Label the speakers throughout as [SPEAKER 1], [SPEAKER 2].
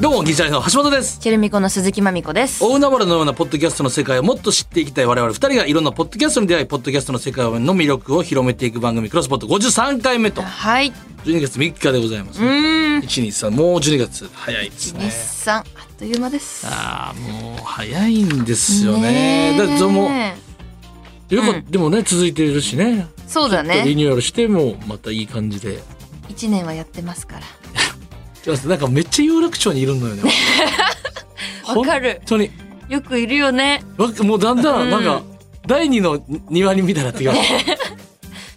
[SPEAKER 1] どうもギタリストの橋本です
[SPEAKER 2] チェルミコの鈴木まみこです
[SPEAKER 1] 大海原のようなポッドキャストの世界をもっと知っていきたい我々二人がいろんなポッドキャストに出会いポッドキャストの世界の魅力を広めていく番組クロスポット53回目と
[SPEAKER 2] はい
[SPEAKER 1] 12月3日でございます123もう12月早いですね
[SPEAKER 2] 日産あっという間です
[SPEAKER 1] ああもう早いんですよね
[SPEAKER 2] ねえ
[SPEAKER 1] だってそれもよかでもね続いてるしね
[SPEAKER 2] そうだ
[SPEAKER 1] リ
[SPEAKER 2] ね
[SPEAKER 1] ニューアルしてもまたいい感じで
[SPEAKER 2] 一年はやってますから
[SPEAKER 1] ちょっとなんかめっちゃ有楽町にいるのよね
[SPEAKER 2] わかる
[SPEAKER 1] 本当に
[SPEAKER 2] よくいるよね
[SPEAKER 1] わもうだんだんなんか、第二の庭にみたいになってきました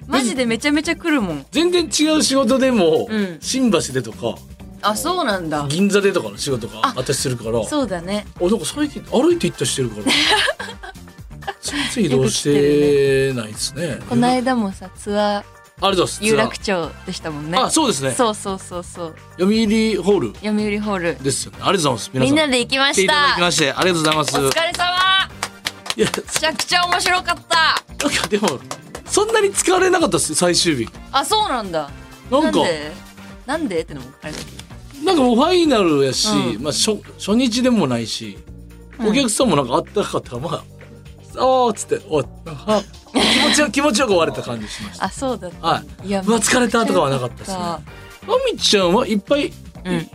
[SPEAKER 2] マジでめちゃめちゃ来るもん
[SPEAKER 1] 全然違う仕事でも、
[SPEAKER 2] うん
[SPEAKER 1] 新橋でとか
[SPEAKER 2] あそうなんだ
[SPEAKER 1] 銀座でとかの仕事が
[SPEAKER 2] あ
[SPEAKER 1] 私するから
[SPEAKER 2] そうだね
[SPEAKER 1] おなんか最近歩いて行ったりしてる から全然移動してないですね
[SPEAKER 2] この間もさツアー
[SPEAKER 1] ありがとうございます
[SPEAKER 2] 有楽町でしたもんね
[SPEAKER 1] あそうですね
[SPEAKER 2] そうそうそうそう
[SPEAKER 1] 読売ホール
[SPEAKER 2] 読売ホール
[SPEAKER 1] ですよねありがとうございます皆
[SPEAKER 2] み
[SPEAKER 1] さん
[SPEAKER 2] んなで行きま
[SPEAKER 1] 来て
[SPEAKER 2] し
[SPEAKER 1] いただ
[SPEAKER 2] た
[SPEAKER 1] きましてありがとうございます
[SPEAKER 2] お疲れ様
[SPEAKER 1] いや
[SPEAKER 2] めちゃくちゃ面白かった
[SPEAKER 1] なんかでもそんなに使われなかったっす最終日
[SPEAKER 2] あそうなんだ
[SPEAKER 1] なんか
[SPEAKER 2] でなんでってのもあれだけど
[SPEAKER 1] なんかもうファイナルやし、
[SPEAKER 2] う
[SPEAKER 1] まあ、初初日でもないしお客さんもなんかあったかったからまあ「ああ」っつって「おいあ気持 ちよ気持ちよく終われた感じしました
[SPEAKER 2] あそうだった
[SPEAKER 1] はい
[SPEAKER 2] いや
[SPEAKER 1] うわ疲れたとかはなかったですねあみちゃんはいっぱい、
[SPEAKER 2] うん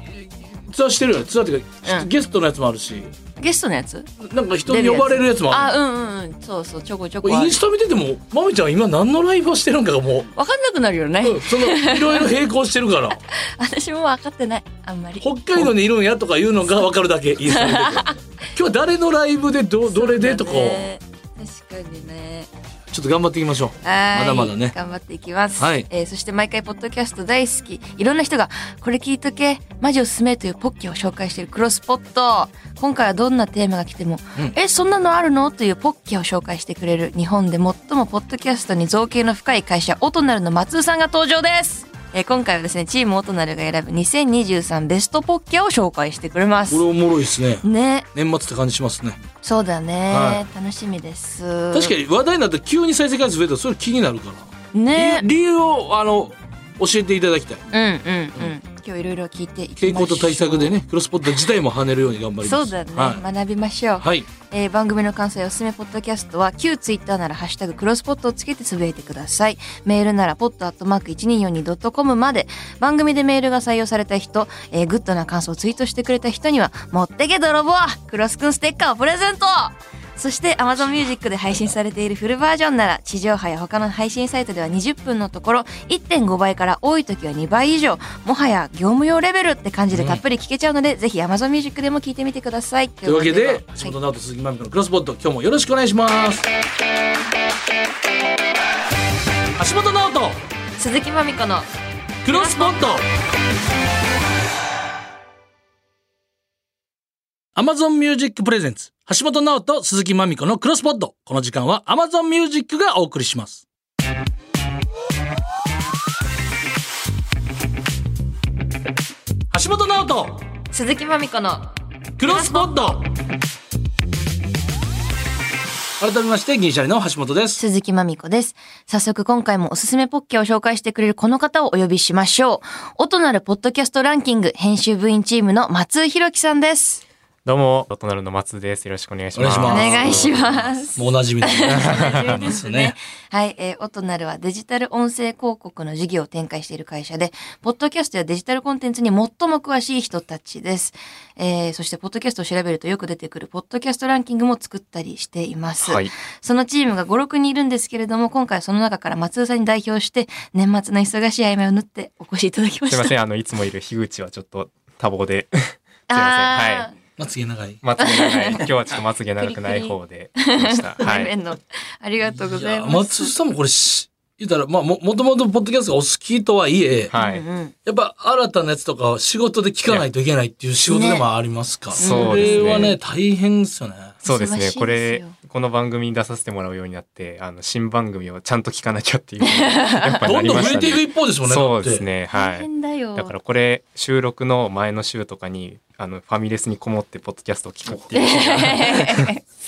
[SPEAKER 1] ツアーしてるよねツアーっていうか、
[SPEAKER 2] うん
[SPEAKER 1] ゲストのやつもあるし
[SPEAKER 2] ゲストのやつ
[SPEAKER 1] なんか人に呼ばれるやつもある
[SPEAKER 2] あうんうんうんそうそうちょこちょ
[SPEAKER 1] こ
[SPEAKER 2] こ
[SPEAKER 1] れ
[SPEAKER 2] あ
[SPEAKER 1] イ
[SPEAKER 2] る
[SPEAKER 1] ンスタ見ててもまみちゃん今何のライブをしてるんかがも
[SPEAKER 2] わかんなくなるよね、
[SPEAKER 1] う、うんそのいろいろ並行してるから
[SPEAKER 2] 私も分かってないあんまり
[SPEAKER 1] 北海道にいるんやとかいうのが分かるだ けインスタ見てて今日誰のライブでどどれでとかを
[SPEAKER 2] そうだね確かにね
[SPEAKER 1] ちょっと頑張っていきましょう
[SPEAKER 2] は
[SPEAKER 1] ま
[SPEAKER 2] い
[SPEAKER 1] だまだね
[SPEAKER 2] 頑張っていきます、
[SPEAKER 1] はい
[SPEAKER 2] えーそして毎回ポッドキャスト大好きいろんな人が「これ聞いとけマジおすすめ」というポッキーを紹介しているクロスポット今回はどんなテーマが来ても「
[SPEAKER 1] うん
[SPEAKER 2] えそんなのあるの?」というポッキーを紹介してくれる日本で最もポッドキャストに造形の深い会社オトナルの松尾さんが登場ですえー今回はですねチームオトナルが選ぶ2023ベストポッキャを紹介してくれます
[SPEAKER 1] これおもろいですね
[SPEAKER 2] ね
[SPEAKER 1] 年末って感じしますね
[SPEAKER 2] そうだね、
[SPEAKER 1] は
[SPEAKER 2] 楽しみです
[SPEAKER 1] 確かに話題になって急に再生回数増えたらそれ気になるから
[SPEAKER 2] にね
[SPEAKER 1] 理由理由をあの教えていただきたい
[SPEAKER 2] うんうんうん今日いろいろ聞いていき
[SPEAKER 1] 傾
[SPEAKER 2] まし
[SPEAKER 1] 向
[SPEAKER 2] ょう
[SPEAKER 1] と対策でねクロスポット自体も跳ねるように頑張ります
[SPEAKER 2] そうだね、
[SPEAKER 1] は
[SPEAKER 2] 学びましょう、
[SPEAKER 1] い、はい、
[SPEAKER 2] えー番組の感想やおすすめポッドキャストは旧ツイッターなら「ハッシュタグクロスポット」をつけてつぶやいてくださいメールならポットアットマーク 1242.com まで番組でメールが採用された人、えーグッドな感想をツイートしてくれた人には「もってけ泥棒クロスくんステッカーをプレゼント!」そして Amazon Music で配信されているフルバージョンなら地上波や他の配信サイトでは20分のところ1.5倍から多い時は2倍以上もはや業務用レベルって感じでたっぷり聞けちゃうので、ぜひ Amazon Music でも聞いてみてくださいと
[SPEAKER 1] というわけで
[SPEAKER 2] こと
[SPEAKER 1] 橋本直人鈴木まみこのクロスポット今日もよろしくお願いします橋本直人
[SPEAKER 2] 鈴木まみこの
[SPEAKER 1] クロスポット Amazon Music Presents 橋本直人鈴木まみこのクロスポットこの時間は Amazon Music がお送りします橋本直人
[SPEAKER 2] 鈴木まみこの
[SPEAKER 1] クロスポット改めまして銀シャリの橋本 です
[SPEAKER 2] 鈴木まみこです。早速今回もおすすめポッケを紹介してくれるこの方をお呼びしましょう。音なるポッドキャストランキング編集部員チームの松井弘樹さんです。
[SPEAKER 3] どうも、ロトナルの松です。よろしくお願いします。
[SPEAKER 1] お
[SPEAKER 2] お
[SPEAKER 1] 願
[SPEAKER 2] 願いします。
[SPEAKER 1] もうおなじみですねですね
[SPEAKER 2] はい、えー、オトナルはデジタル音声広告の事業を展開している会社で、ポッドキャストやデジタルコンテンツに最も詳しい人たちです。えー、そして、ポッドキャストを調べるとよく出てくるポッドキャストランキングも作ったりしています。
[SPEAKER 3] はい
[SPEAKER 2] そのチームが5、6人いるんですけれども、今回はその中から松尾さんに代表して、年末の忙しい合間を縫ってお越しいただきまし
[SPEAKER 3] すい
[SPEAKER 2] た。
[SPEAKER 3] ません、あの、いつもいる樋口はちょっと多忙で。 すいません。
[SPEAKER 2] あー
[SPEAKER 3] はい。
[SPEAKER 1] まつげ長い
[SPEAKER 3] まつげ長い。今日はちょっとまつげ長くない方 で来ました。
[SPEAKER 2] ご
[SPEAKER 3] は
[SPEAKER 2] め
[SPEAKER 3] い。
[SPEAKER 2] んのありがとうござい
[SPEAKER 1] や
[SPEAKER 2] ます。
[SPEAKER 1] 松下さんもこれし、言ったら、まあ、も、もともとポッドキャストがお好きとはいえ、
[SPEAKER 3] は
[SPEAKER 2] う
[SPEAKER 3] い。
[SPEAKER 2] んうん
[SPEAKER 1] やっぱ新たなやつとかは仕事で聞かないといけないっていう仕事でもありますから。
[SPEAKER 3] そうですね
[SPEAKER 1] これはね、大変ですよね。
[SPEAKER 3] そうです
[SPEAKER 2] 忙しいで
[SPEAKER 3] ね。
[SPEAKER 2] すよ
[SPEAKER 3] これ、この番組に出させてもらうようになってあの新番組をちゃんと聞かなきゃってい うやっぱな
[SPEAKER 1] どん
[SPEAKER 3] り
[SPEAKER 1] ど
[SPEAKER 3] ま
[SPEAKER 1] ん増
[SPEAKER 3] し
[SPEAKER 1] え
[SPEAKER 3] た
[SPEAKER 1] ていく
[SPEAKER 3] ね。
[SPEAKER 1] 一方ですもんね。
[SPEAKER 3] そうです
[SPEAKER 1] だって。
[SPEAKER 3] ねは
[SPEAKER 2] 大
[SPEAKER 3] い。
[SPEAKER 2] 変だよ。
[SPEAKER 3] だからこれ収録の前の週とかにあのファミレスにこもってポッドキャストを聞くっていう。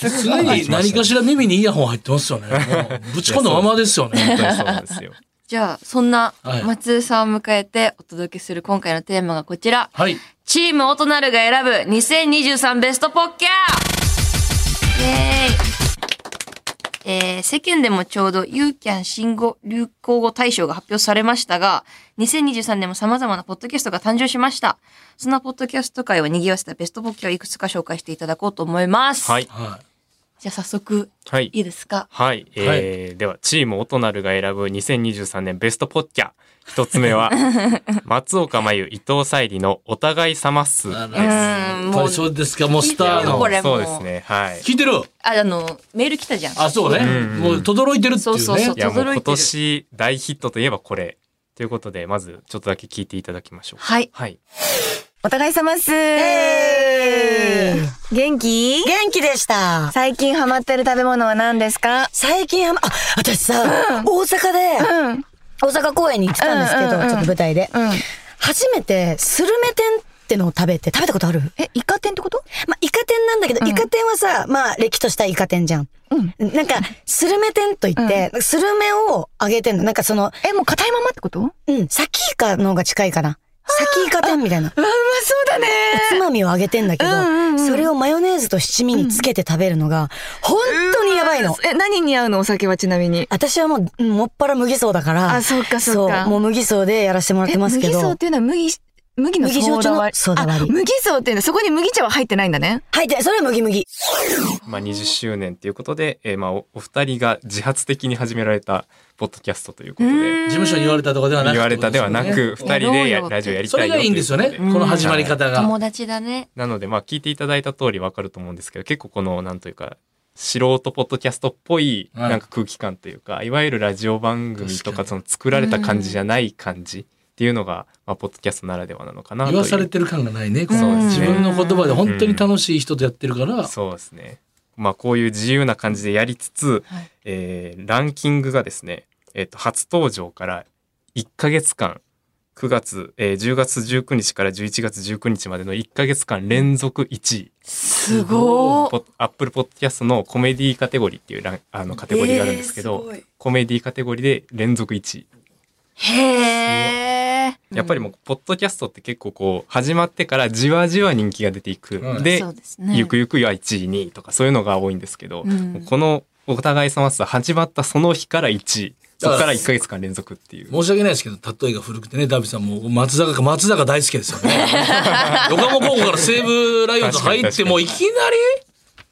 [SPEAKER 1] 常に何かしら耳にイヤホン入ってます よね。もうぶち込んだままですよ
[SPEAKER 3] 本
[SPEAKER 1] ね。
[SPEAKER 3] 当にそうなんですよ。
[SPEAKER 2] じゃあ、そんな
[SPEAKER 1] はい
[SPEAKER 2] 松江さんを迎えてお届けする今回のテーマがこちら。
[SPEAKER 1] はい。
[SPEAKER 2] チームオトナルが選ぶ2023ベストポッキャーイエーイえー、世間でもちょうど u キャン新語・流行語大賞が発表されましたが、2023年も様々なポッドキャストが誕生しました。そのポッドキャスト界を賑わせたベストポッキャーをいくつか紹介していただこうと思います。
[SPEAKER 3] はい。
[SPEAKER 1] は
[SPEAKER 2] じゃあ早速、
[SPEAKER 3] はい。
[SPEAKER 2] いいですか
[SPEAKER 3] はい、えーではチームオトナルが選ぶ2023年ベストポッキャ一 つ目は松岡真優伊藤沙莉の「お互い様っす」
[SPEAKER 1] あ
[SPEAKER 2] う
[SPEAKER 1] ら
[SPEAKER 3] です。
[SPEAKER 2] ーん、
[SPEAKER 1] い。こ
[SPEAKER 2] もう
[SPEAKER 1] れ、そうですか、もうスター
[SPEAKER 2] いやこ
[SPEAKER 1] の。
[SPEAKER 2] れも
[SPEAKER 3] そううですねはい。
[SPEAKER 1] 聞いてる
[SPEAKER 2] あ、あの、メール来たじゃん。
[SPEAKER 1] あ、そうね。
[SPEAKER 3] うん
[SPEAKER 1] もう、とどろいてるっていうね。
[SPEAKER 2] そうそうそう
[SPEAKER 3] いやもう
[SPEAKER 2] 驚いてる
[SPEAKER 3] 今年大ヒットといえばこれということでまずちょっとだけ聞いていただきましょう。
[SPEAKER 2] はい。
[SPEAKER 3] はい、
[SPEAKER 4] お互い様っす、元気
[SPEAKER 5] 元気でした。
[SPEAKER 4] 最近ハマってる食べ物は何ですか
[SPEAKER 5] 最近はま、あ、私さ、大阪で、
[SPEAKER 4] うん。
[SPEAKER 5] 大阪公演に行ってたんですけど、
[SPEAKER 4] うんうんうん
[SPEAKER 5] ちょっと舞台で、
[SPEAKER 4] ん
[SPEAKER 5] 初めて、スルメ天ってのを食べて、食べたことある
[SPEAKER 4] え、イカ天ってこと
[SPEAKER 5] まあ、イカ天なんだけど、
[SPEAKER 4] ん
[SPEAKER 5] イカ天はさ、まあ、歴史としたイカ天じゃん。
[SPEAKER 4] うん
[SPEAKER 5] なんか、スルメ天といって、スルメを揚げてんの。なんかその、
[SPEAKER 4] え、もう硬いままってことうわ、う
[SPEAKER 5] うん、サキイカの方が近いかな。サキイカ天みたいな。
[SPEAKER 4] まそうだね
[SPEAKER 5] おつまみをあげてんだけど、
[SPEAKER 4] うんうんうん
[SPEAKER 5] それをマヨネーズと七味につけて食べるのが、本当にやばいの。
[SPEAKER 4] え、何に合うのお酒はちなみに。
[SPEAKER 5] 私はもう、うんもっぱら麦草だから。
[SPEAKER 4] あそうかそうか
[SPEAKER 5] もう麦草でやらせてもらってますけ
[SPEAKER 4] え麦
[SPEAKER 5] ど。
[SPEAKER 4] 草っていうのは麦、麦のソーダ割り。
[SPEAKER 5] 麦焼酎のソーダ割り
[SPEAKER 4] あ麦草っていうのはそこに麦茶は入ってないんだね。
[SPEAKER 5] はい、で、それは麦麦。
[SPEAKER 3] まあ、20周年ということで、えーまあ、おお二人が自発的に始められたポッドキャストということで
[SPEAKER 1] 事務所に言われたとかではなく
[SPEAKER 3] 言われたではなく
[SPEAKER 1] そうです
[SPEAKER 3] 二
[SPEAKER 1] よね
[SPEAKER 3] 人でや
[SPEAKER 2] うん
[SPEAKER 3] ラジオやり
[SPEAKER 1] そ
[SPEAKER 3] たい
[SPEAKER 1] れ
[SPEAKER 3] よ
[SPEAKER 1] がいいんですよね。
[SPEAKER 3] という
[SPEAKER 1] こ
[SPEAKER 3] ことで
[SPEAKER 1] の始まり方が。
[SPEAKER 2] 友達だね。
[SPEAKER 3] なのでまあ聞いていただいた通りわかると思うんですけど結構このなんというか素人ポッドキャストっぽい
[SPEAKER 1] はい
[SPEAKER 3] なんか空気感というか、いわゆるラジオ番組と
[SPEAKER 1] 確か
[SPEAKER 3] か
[SPEAKER 1] に
[SPEAKER 3] その作られた感じじゃない感じっていうのが、まあ、ポッドキャストならではなのかなとい
[SPEAKER 1] 言
[SPEAKER 3] う
[SPEAKER 1] わされてる感がないね。こ
[SPEAKER 3] そう
[SPEAKER 1] の
[SPEAKER 3] です
[SPEAKER 1] 自
[SPEAKER 3] ね
[SPEAKER 1] 分の言葉で本当に楽しい人とやってるから。
[SPEAKER 3] そうですねまあこういう自由な感じでやりつつ、
[SPEAKER 2] はい
[SPEAKER 3] えーランキングがですね、えっと初登場から1ヶ月間9月、えー10月19日から11月19日までの1ヶ月間連続1位
[SPEAKER 2] すごー。
[SPEAKER 3] ポッアップルポッドキャストのコメディカテゴリーっていうランあのカテゴリーがあるんですけど、コメディカテゴリーで連続1位
[SPEAKER 2] へー。
[SPEAKER 3] やっぱりもうポッドキャストって結構こう始まってからじわじわ人気が出ていく、
[SPEAKER 1] うん
[SPEAKER 3] で
[SPEAKER 2] そうですね。
[SPEAKER 3] ゆくゆくは1位2位とかそういうのが多いんですけど、
[SPEAKER 2] うん
[SPEAKER 3] もうこのお互い様さ始まったその日から1位そこから1ヶ月間連続っていう
[SPEAKER 1] 申し訳ないですけど、例えが古くてね、ダビさんも松坂か松坂大輔ですよ ね。横浜高校から西武ライオンズ入って、もういきな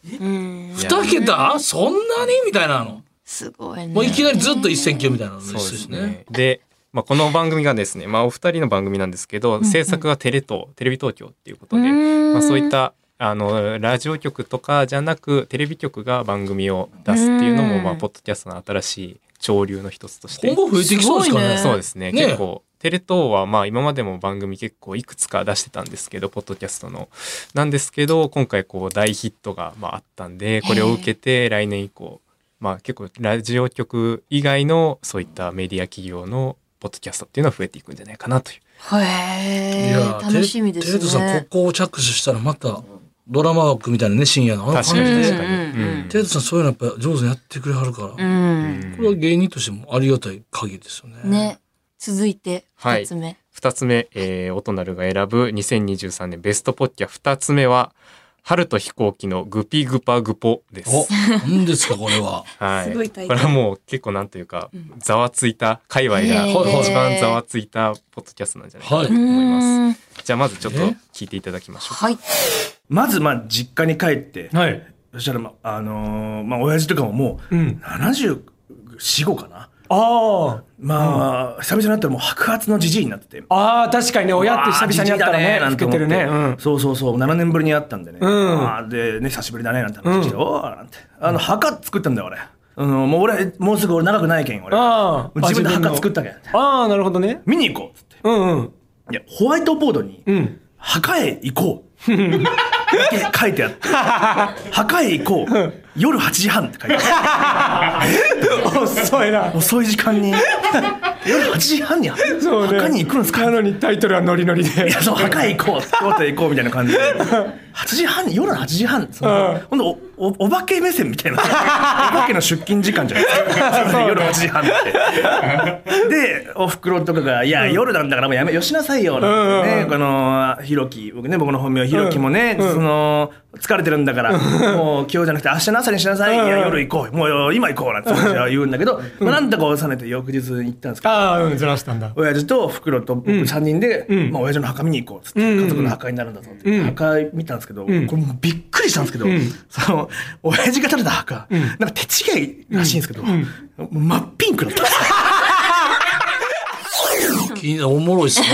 [SPEAKER 1] り二桁そんなにみたいなの。
[SPEAKER 2] すごいね。
[SPEAKER 1] もういきなりずっと一戦級みたいなの
[SPEAKER 3] そうです
[SPEAKER 1] ね。
[SPEAKER 3] ねで、まあ、この番組がですね、まあ、お二人の番組なんですけど、制作がテレ東テレビ東京っていうことで、まあ、そういったあのラジオ局とかじゃなくテレビ局が番組を出すっていうのも、
[SPEAKER 2] うん
[SPEAKER 3] まあ、ポッドキャストの新しい潮流の一つとして
[SPEAKER 1] 今後増えてきそうですかね。
[SPEAKER 2] す
[SPEAKER 3] そうですね
[SPEAKER 1] ね
[SPEAKER 3] 結構テレ東はまあ今までも番組結構いくつか出してたんですけどポッドキャストのなんですけど今回こう大ヒットがまああったんでこれを受けて来年以降まあ結構ラジオ局以外のそういったメディア企業のポッドキャストっていうのは増えていくんじゃないかなという
[SPEAKER 2] へー。楽しみで
[SPEAKER 1] テレ
[SPEAKER 2] す
[SPEAKER 1] 東さん、
[SPEAKER 2] ね
[SPEAKER 1] こ。こを着手したらまたドラマ枠みたいなね、深夜の。あの
[SPEAKER 3] 確か
[SPEAKER 1] 感
[SPEAKER 3] に
[SPEAKER 1] じ
[SPEAKER 2] うん
[SPEAKER 3] 確
[SPEAKER 1] で。
[SPEAKER 3] かに、
[SPEAKER 2] うんうん
[SPEAKER 1] テレ東さん、そういうのやっぱ上手にやってくれはるから。
[SPEAKER 2] うん。
[SPEAKER 1] これは芸人としてもありがたい限りですよね。
[SPEAKER 2] ね。続いて、
[SPEAKER 3] はい
[SPEAKER 2] 二つ目。
[SPEAKER 3] 2つ目、えー、オトナルが選ぶ2023年ベストポッキャ2つ目は「春と飛行機のグピグパグポ」です。
[SPEAKER 1] お、何ですか、これは。
[SPEAKER 3] はい、
[SPEAKER 2] すごいタイト
[SPEAKER 3] こ
[SPEAKER 2] ル
[SPEAKER 3] れはもう結構なんというかざわついた界隈
[SPEAKER 2] へ
[SPEAKER 3] が
[SPEAKER 1] ー
[SPEAKER 3] 一番ざわついたポッドキャストなんじゃないかなと
[SPEAKER 1] は
[SPEAKER 3] 思います。
[SPEAKER 2] うん
[SPEAKER 3] じゃあまずちょっと聞いていただきましょう。
[SPEAKER 2] はい。
[SPEAKER 6] まずまあ実家に帰って、
[SPEAKER 7] はい。
[SPEAKER 6] そしたらまあ、あのーまあ親父とかももう74、5かな。
[SPEAKER 7] あ
[SPEAKER 6] まあ、久々になったらもう白髪のじじいになってて。
[SPEAKER 7] あ、ああ、確かにね、親って久々に会ったらね、
[SPEAKER 6] なん
[SPEAKER 7] 老
[SPEAKER 6] て
[SPEAKER 7] け
[SPEAKER 6] 思
[SPEAKER 7] て
[SPEAKER 6] って
[SPEAKER 7] るね。うん。
[SPEAKER 6] そうそうそう、7年ぶりに会ったんでね。
[SPEAKER 7] うん
[SPEAKER 6] ああで、ね、久しぶりだね、なんて話して、おーなんて。あの、墓作ったんだよ、俺。あの、もう俺、もうすぐ俺長くないけん、俺。
[SPEAKER 7] ああ
[SPEAKER 6] 自分で
[SPEAKER 7] あ自分の
[SPEAKER 6] 墓作ったけん。
[SPEAKER 7] ああ、なるほどね。
[SPEAKER 6] 見に行こうっつって。
[SPEAKER 7] うんうん。
[SPEAKER 6] いや、ホワイトボードに、
[SPEAKER 7] うん。
[SPEAKER 6] 墓へ行こう。け書いてあって、破壊へ行こう、夜8時半って書いてあって。
[SPEAKER 7] 遅いな。
[SPEAKER 6] 遅い時間に夜8時半に
[SPEAKER 7] そうね
[SPEAKER 6] 墓に行くんですか、
[SPEAKER 7] なのにタイトルはノリノリで。
[SPEAKER 6] いやそう墓へ行こう京都へ行こうみたいな感じで8時半に夜8時半その、
[SPEAKER 7] うん
[SPEAKER 6] ほんとおおお化け目線みたいなお化けの出勤時間じゃないですか それで夜8時半ってでおふくろとかが「いや、夜なんだからもうやめよしなさいよ」なんてね、このひろき僕ね僕の本名ひろきもね、その疲れてるんだから、もう今日じゃなくて明日の朝にしなさい、いや夜行こうもう今行こうなんて私は言うんだけど、まあ、なんとか収めて翌日に行ったんですけど
[SPEAKER 7] ああ、うん、ずらしたんだ。
[SPEAKER 6] 親父と袋と僕3人で、まあ、親父の墓見に行こうっつって、家族の墓になるんだぞって、墓見たんですけど、これもうびっくりしたんですけど、その親父が建てた墓、なんか手違いらしいんですけど、もう真っピンクだったんですよ
[SPEAKER 1] 気になるおもろいですね。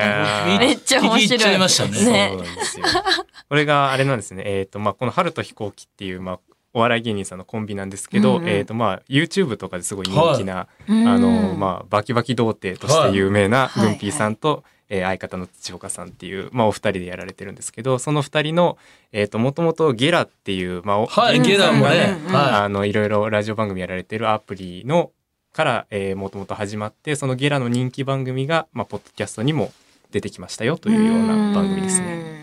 [SPEAKER 3] やー
[SPEAKER 2] めっちゃ面白い
[SPEAKER 1] 聞き入っちゃいましたね。
[SPEAKER 3] そうなんですよ。これがあれなんですね。えっ、と、まあ、この春と飛行機っていう、まあ、お笑い芸人さんのコンビなんですけど、えっと、まあ、YouTube とかですごい人気な、あの、まあ、バキバキ童貞として有名な
[SPEAKER 2] はい
[SPEAKER 3] グンピーさんと、えー相方の土岡さんっていう、まあ、お二人でやられてるんですけど、その二人の、えっ、と、もともとゲラっていう、まあ、お
[SPEAKER 1] はい、ゲラもね。は
[SPEAKER 3] あのいろいろラジオ番組やられてるアプリのから、えー、もともと始まってそのゲラの人気番組が、まあ、ポッドキャストにも出てきましたよというような番組ですね。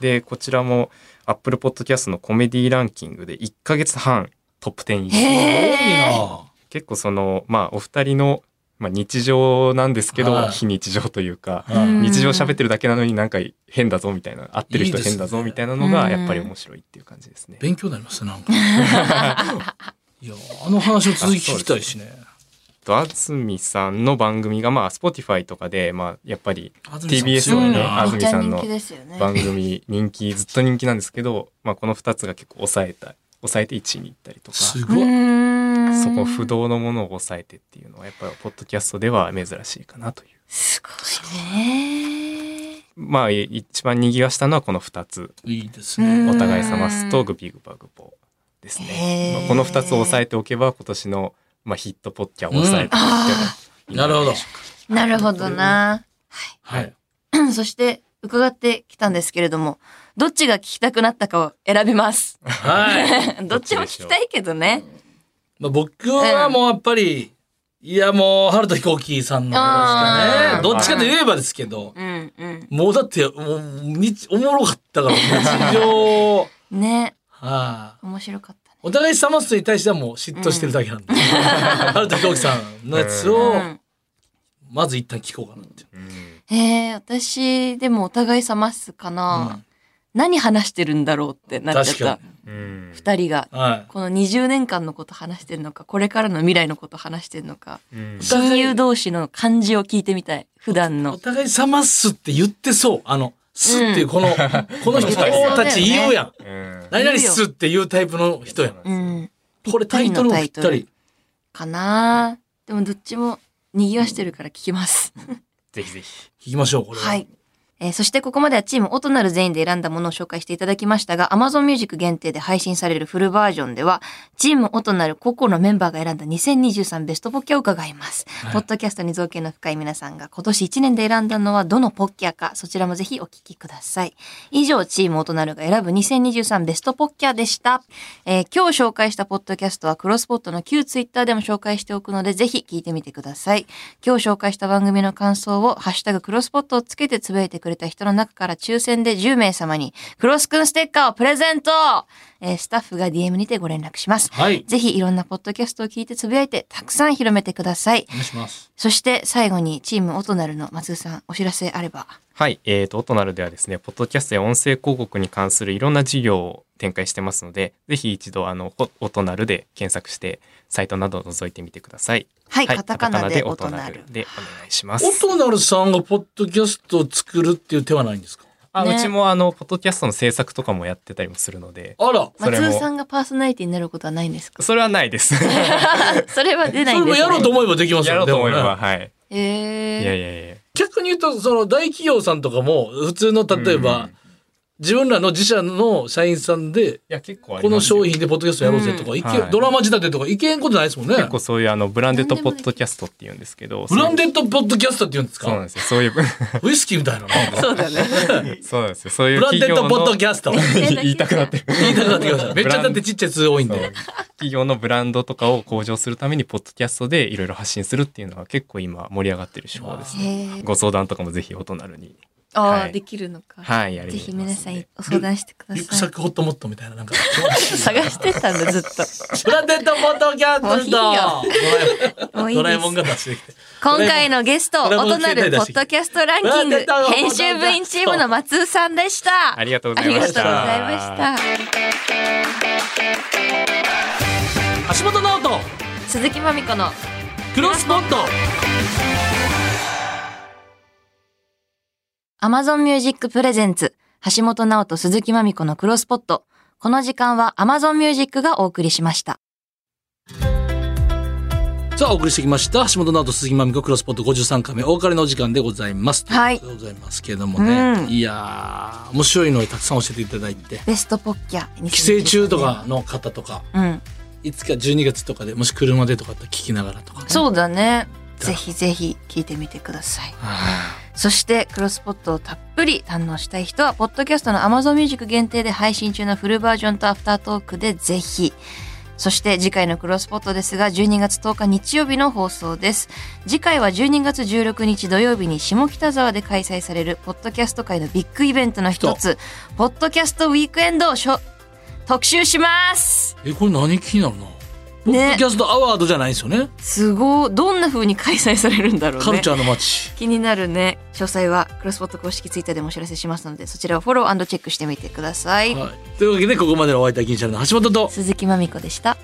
[SPEAKER 3] でこちらも Apple Podcast のコメディランキングで1ヶ月半トップ10入り
[SPEAKER 1] い。
[SPEAKER 2] へ
[SPEAKER 1] 多いな。
[SPEAKER 3] 結構そのまあお二人の、まあ、日常なんですけど、
[SPEAKER 1] はい
[SPEAKER 3] 非日常というか、
[SPEAKER 1] うん
[SPEAKER 3] 日常喋ってるだけなのになんか変だぞみたいな合ってる人
[SPEAKER 1] いいですね
[SPEAKER 3] 変だぞみたいなのがやっぱり面白いっていう感じですね。
[SPEAKER 1] 勉強になりますねなんか。いや、あの話の続き聞きたいしね。
[SPEAKER 3] と安住さんの番組がまあ Spotify とかでまあやっぱり
[SPEAKER 1] 安住さん
[SPEAKER 3] TBS の
[SPEAKER 1] 強い
[SPEAKER 3] ね
[SPEAKER 1] な
[SPEAKER 3] 安住さん
[SPEAKER 2] めっちゃ人
[SPEAKER 3] の
[SPEAKER 2] 気ですよね
[SPEAKER 3] 番組人気ずっと人気なんですけどまあこの2つが結構抑えた抑えて1位に行ったりとか
[SPEAKER 1] す
[SPEAKER 3] そ
[SPEAKER 1] ごい。
[SPEAKER 3] こ不動のものを抑えてっていうのはやっぱりポッドキャストでは珍しいかなという
[SPEAKER 2] すごいね。
[SPEAKER 3] まあい一番賑わしたのはこの2つ
[SPEAKER 1] いいですね。
[SPEAKER 3] お互い様すとグビグバグボですね
[SPEAKER 2] へー
[SPEAKER 3] まあこの2つを抑えておけば今年のまあヒットポッキャを抑えておいてもいいんじ
[SPEAKER 1] な
[SPEAKER 3] ゃ
[SPEAKER 1] る
[SPEAKER 3] ない
[SPEAKER 1] ほ
[SPEAKER 3] でしょうか
[SPEAKER 1] ど。
[SPEAKER 2] なるほどな。
[SPEAKER 1] はい。
[SPEAKER 2] そして、伺ってきたんですけれども、どっちが聞きたくなったかを選びます。
[SPEAKER 1] はい。
[SPEAKER 2] どっちも聞きたいけどね。
[SPEAKER 1] まあ、僕はもうやっぱり、いやもう、春と飛行機さんの話だ
[SPEAKER 3] あー
[SPEAKER 1] ね。どっちかと言えばですけど、
[SPEAKER 2] うんうん。
[SPEAKER 1] もうだって、もう、日おもろかったから、日常、はい、
[SPEAKER 2] ね。面白かったね。
[SPEAKER 1] お互いサマスに対してはもう嫉妬してるだけ なんで。春田恭樹さんのやつを、まず一旦聞こうかなって。
[SPEAKER 2] うん、えー、私、でもお互い様すかな、何話してるんだろうってなっち
[SPEAKER 1] 確
[SPEAKER 2] ゃっ
[SPEAKER 1] か
[SPEAKER 2] た。
[SPEAKER 3] うん
[SPEAKER 2] 二人が。
[SPEAKER 1] は
[SPEAKER 2] この20年間のこと話してるのか、これからの未来のこと話してるのか、
[SPEAKER 3] うん
[SPEAKER 2] 親友同士の感じを聞いてみたい。普段
[SPEAKER 1] い。お
[SPEAKER 2] の。
[SPEAKER 1] 互いサマスって言ってそう。あの、すっていうこの、この人たち言うやん。
[SPEAKER 3] うん
[SPEAKER 1] 何々すっていうタイプの人やん。
[SPEAKER 2] うん。
[SPEAKER 1] これタイトルもぴったり。
[SPEAKER 2] かなでもどっちも賑わしてるから聞きます。
[SPEAKER 3] ぜひぜひ。
[SPEAKER 1] 聞きましょう、これ。
[SPEAKER 2] はい。。えーそしてここまではチーム音なる全員で選んだものを紹介していただきましたが、Amazon Music 限定で配信されるフルバージョンでは、チーム音なる個々のメンバーが選んだ2023ベストポッキャを伺います。ポッドキャストに造形の深い皆さんが今年1年で選んだのはどのポッキャか、そちらもぜひお聞きください。以上、チーム音なるが選ぶ2023ベストポッキャでした。えー今日紹介したポッドキャストはクロスポットの旧ツイッターでも紹介しておくので、ぜひ聞いてみてください。今日紹介した番組の感想を、ハッシュタグクロスポットをつけてつぶやいてくれた人の中から抽選で10名様に、クロスくんステッカーをプレゼントえースタッフが DM にてご連絡します。
[SPEAKER 1] はい。
[SPEAKER 2] ぜひいろんなポッドキャストを聞いてつぶやいて、たくさん広めてください
[SPEAKER 1] お。願いします。
[SPEAKER 2] そして最後にチームオトナルの松井さん、お知らせあれば。
[SPEAKER 3] はい、えー、と、オトナルではですね、ポッドキャストや音声広告に関するいろんな事業を展開してますので、ぜひ一度、あの、ほオトナルで検索して、サイトなどを覗いてみてください。
[SPEAKER 2] はいカタカナで
[SPEAKER 3] カタカナで
[SPEAKER 2] オトナル
[SPEAKER 3] でお願いします。
[SPEAKER 1] 音なるさんがポッドキャストを作るっていう手はないんですか
[SPEAKER 3] あ、
[SPEAKER 2] ね
[SPEAKER 3] うちも、あの、ポッドキャストの制作とかもやってたりもするので、
[SPEAKER 1] あら。
[SPEAKER 3] それ
[SPEAKER 2] 松
[SPEAKER 3] も
[SPEAKER 2] 井さんがパーソナリティになることはない んですか
[SPEAKER 3] それはな いです。
[SPEAKER 2] それは出な
[SPEAKER 1] それ
[SPEAKER 2] いんで
[SPEAKER 1] も
[SPEAKER 2] す、ね、
[SPEAKER 1] やろうと思えばできます
[SPEAKER 3] やろ
[SPEAKER 1] よ
[SPEAKER 3] うと思え
[SPEAKER 1] でもね
[SPEAKER 3] ば、はい。
[SPEAKER 2] え
[SPEAKER 3] い
[SPEAKER 2] ー
[SPEAKER 3] やいやいや。
[SPEAKER 1] 逆に言うとその大企業さんとかも普通の例えば、自分らの自社の社員さんで
[SPEAKER 3] や結構あり
[SPEAKER 1] この
[SPEAKER 3] ますよ
[SPEAKER 1] 商品でポッドキャストやろうぜとか、いけ
[SPEAKER 3] はい
[SPEAKER 1] ドラマ仕立てとかいけんことないですもんね。
[SPEAKER 3] 結構そういうあのブランデッドポッドキャストって言うんですけど
[SPEAKER 1] ブラン
[SPEAKER 3] ッ
[SPEAKER 1] デッドポッドキャストって言うんです
[SPEAKER 3] そうなん
[SPEAKER 1] か
[SPEAKER 3] ですよそういう
[SPEAKER 1] ウイスキーみたいななんか
[SPEAKER 2] そうだね。
[SPEAKER 3] そうなんですよそうい
[SPEAKER 1] ブ
[SPEAKER 3] う
[SPEAKER 1] ラン
[SPEAKER 3] 企
[SPEAKER 1] デッ
[SPEAKER 3] 業
[SPEAKER 1] ド
[SPEAKER 3] の
[SPEAKER 1] ポッドキャス ト。言
[SPEAKER 2] 言
[SPEAKER 3] 言いたくなってる
[SPEAKER 1] いたくなってきました。めっちゃだってちっちゃい数多いんで。
[SPEAKER 3] 企業のブランドとかを向上するためにポッドキャストでいろいろ発信するっていうのは結構今盛り上がってる手法ですね。ご相談とかもぜひお隣に。
[SPEAKER 2] ああ、
[SPEAKER 3] はい
[SPEAKER 2] できるのか。
[SPEAKER 3] はいやり
[SPEAKER 2] ぜ
[SPEAKER 3] ます
[SPEAKER 2] ひ
[SPEAKER 3] んで
[SPEAKER 2] 皆さんお相談してくだ
[SPEAKER 1] リュックサ
[SPEAKER 2] さ
[SPEAKER 1] ッ
[SPEAKER 2] い。
[SPEAKER 1] クホットモットみたいななんか。
[SPEAKER 2] 探してたんだずっ
[SPEAKER 1] ブランデッドポッドキャス
[SPEAKER 2] もういい
[SPEAKER 1] ト
[SPEAKER 2] と。もういい
[SPEAKER 1] ドラえ
[SPEAKER 2] です
[SPEAKER 1] もん。が出してきて。
[SPEAKER 2] 今回のゲスト、
[SPEAKER 1] ドラえもん
[SPEAKER 2] 音なるポッドキャストランキング
[SPEAKER 1] ドラえもんの携帯
[SPEAKER 2] 編集部員チームの松尾さんでした。
[SPEAKER 3] ありがとうございました
[SPEAKER 2] ありがとうございました。
[SPEAKER 1] 橋本直人、
[SPEAKER 2] 鈴木まみこの
[SPEAKER 1] クロスポット。
[SPEAKER 2] Amazon Music Presents 橋本直人鈴木まみこのクロスポット。この時間は Amazon Music がお送りしました。
[SPEAKER 1] さあ、お送りしてきました。橋本直人、鈴木まみこ、クロスポット53回目、お別れのお時間でございます。
[SPEAKER 2] はい
[SPEAKER 1] とうことでございますけれどもね。
[SPEAKER 2] うん
[SPEAKER 1] いやー、面白いのにたくさん教えていただいて。
[SPEAKER 2] ベストポッキャ。
[SPEAKER 1] 帰省中と。かの方とか、
[SPEAKER 2] うん。
[SPEAKER 1] いつか12月とかでもし車でとかだったら聞きながらとかね、
[SPEAKER 2] そうだね。ぜひぜひ聞いてみてください。そして、クロスポットをたっぷり堪能したい人は、ポッドキャストの Amazon Music 限定で配信中のフルバージョンとアフタートークでぜひ。そして次回のクロスポットですが、12月10日日曜日の放送です。次回は12月16日土曜日に下北沢で開催される、ポッドキャスト界のビッグイベントの一つ、ポッドキャストウィークエンドをしょ特集します
[SPEAKER 1] えこれ何気になるなポッドキャストアワードじゃないんですよね
[SPEAKER 2] すごい。どんな風に開催されるんだろうね。
[SPEAKER 1] カルチャーの街
[SPEAKER 2] 気になるね詳細はクロスポット公式ツイッターでもお知らせしますのでそちらをフォローチェックしてみてください、
[SPEAKER 1] はい、というわけでここまでのお相手は銀シャルの橋本と
[SPEAKER 2] 鈴木まみこでした